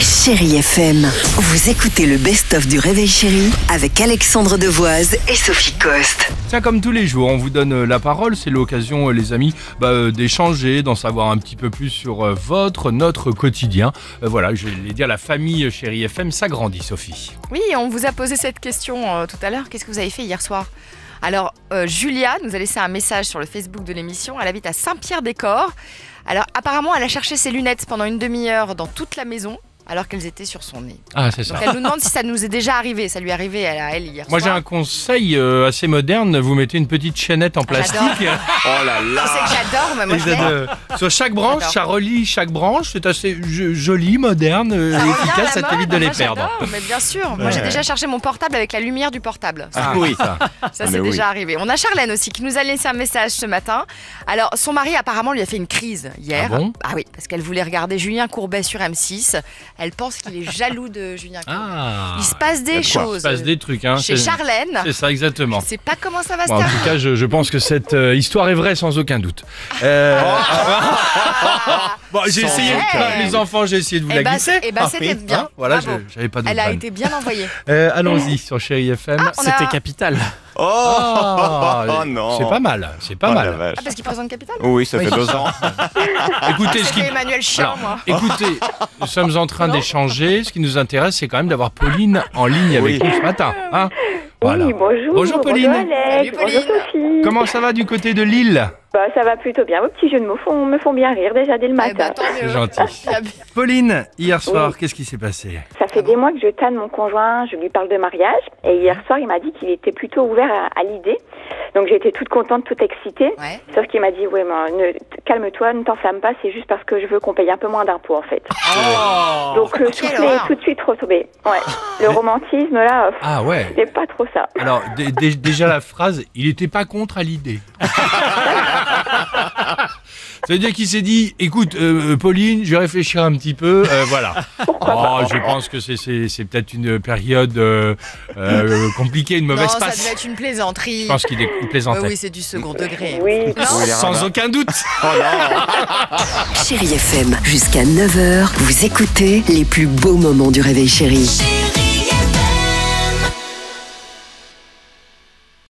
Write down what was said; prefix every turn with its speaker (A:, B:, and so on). A: Chérie FM. Vous écoutez le best-of du Réveil Chéri avec Alexandre Devoise et Sophie Coste.
B: Tiens, comme tous les jours, on vous donne euh, la parole. C'est l'occasion, euh, les amis, bah, euh, d'échanger, d'en savoir un petit peu plus sur euh, votre, notre quotidien. Euh, voilà, je vais dire, la famille euh, Chérie FM s'agrandit, Sophie.
C: Oui, on vous a posé cette question euh, tout à l'heure. Qu'est-ce que vous avez fait hier soir Alors, euh, Julia nous a laissé un message sur le Facebook de l'émission. Elle habite à Saint-Pierre-des-Corps. Alors, apparemment, elle a cherché ses lunettes pendant une demi-heure dans toute la maison, alors qu'elles étaient sur son nez.
B: Ah, c'est
C: Donc, elle nous demande si ça nous est déjà arrivé. Ça lui est arrivé à la- elle hier
B: Moi, j'ai
C: soir.
B: un conseil euh, assez moderne. Vous mettez une petite chaînette en
C: Ah, J'adore.
B: plastique. oh là
C: Tu sais que j'adore, mais moi, je l'ai.
B: euh, Sur chaque branche,
C: J'adore.
B: ça relie chaque branche. C'est assez jo- joli, moderne, euh,
C: Ça
B: et
C: revient Ah, à
B: efficace. Ça
C: la
B: t'évite
C: mode.
B: de les
C: Moi,
B: perdre.
C: j'adore, Mais bien sûr, moi
B: Ouais.
C: j'ai déjà chargé mon portable avec la lumière du portable.
B: Ah, oui.
C: Ça,
D: Ah,
C: c'est
D: mais oui.
C: déjà arrivé. On a Charlène aussi qui nous a laissé un message ce matin. Alors, son mari apparemment lui a fait une crise hier.
B: Ah bon
C: oui, parce qu'elle voulait regarder Julien Courbet sur M6. Elle pense qu'il est jaloux de Julien Courbet.
B: Ah.
C: Il se passe des
D: Il y a de quoi.
C: choses.
B: Il se passe des trucs. Hein.
C: Chez
B: C'est-
C: Charlène,
B: C'est ça, exactement.
C: je sais pas comment ça va se
B: Bon, Bah, en
C: terminer.
B: tout cas, je, je pense que cette euh, histoire est vraie sans aucun doute. Euh, bon, Oh, bah, j'ai
D: Sans
B: essayé,
C: aucun
B: les
C: doute.
B: enfants, j'ai essayé de vous
C: Eh
B: la
C: ben,
B: glisser.
C: eh ben, c'était bien.
B: Hein, voilà,
C: Bravo.
B: je- j'avais pas d'autre
C: Elle a
B: vanne.
C: été bien envoyée.
B: Euh, Allons-y sur Chéri FM.
C: Ah, on a- C'était
B: capital.
D: Oh,
B: Ah,
D: Oh, non.
B: C'est pas mal, c'est pas
D: oh la
B: mal.
D: vache.
C: Ah, parce qu'il présente Capital
D: bah, Oui, ça fait deux ans.
B: Écoutez ce qui.
C: C'était Emmanuel Chiant,
B: Alors,
C: moi.
B: écoutez, nous sommes en train d'échanger. Ce qui nous intéresse, c'est quand même d'avoir Pauline en ligne avec
D: Oui.
B: nous ce matin. hein. Voilà.
E: Oui, bonjour.
B: Bonjour, Pauline.
E: Alex.
C: Salut, Pauline.
E: Bonjour Sophie.
B: Comment ça va du côté de Lille
E: Bah, ça va plutôt bien. Vos petits jeux de mots font, me font bien rire déjà dès le
C: Eh ben,
E: matin.
C: tant
B: C'est
C: mieux.
B: gentil.
C: Il y a bien-
B: Pauline, hier soir, qu'est-ce qui s'est passé
C: Ah
E: ça fait des mois que je tanne mon conjoint, je lui parle de mariage. Et
C: Ah.
E: hier soir, il m'a dit qu'il était plutôt ouvert à, à l'idée. Donc j'étais toute contente, toute excitée.
C: Ouais.
E: Sauf qu'il m'a dit, ouais, mais ne- t- calme-toi, ne t'enflamme pas, c'est juste parce que je veux qu'on paye un peu moins d'impôts en fait. Donc le souffle
C: Ah. horreur. Ah.
E: est tout de suite retombé. Ouais. Le romantisme là, euh,
B: Ah ouais.
E: c'est pas trop ça.
B: Alors, dé- dé- déjà la phrase, il n'était pas contre à l'idée. Ça veut dire qu'il s'est dit, écoute, euh, euh, Pauline, je vais réfléchir un petit peu, euh, voilà. Oh, je pense que c'est- c'est c'est peut-être une période euh, euh, compliquée, une
C: Non,
B: mauvaise
C: ça
B: passe.
C: devait être une plaisanterie.
B: Je pense qu'il est il plaisantait.
C: Ouais, oui, c'est du second degré.
E: Oui,
C: Non
D: Oui,
B: Sans
D: là.
B: aucun doute.
A: Chérie FM, jusqu'à 9h, vous écoutez les plus beaux moments du Réveil Chéri.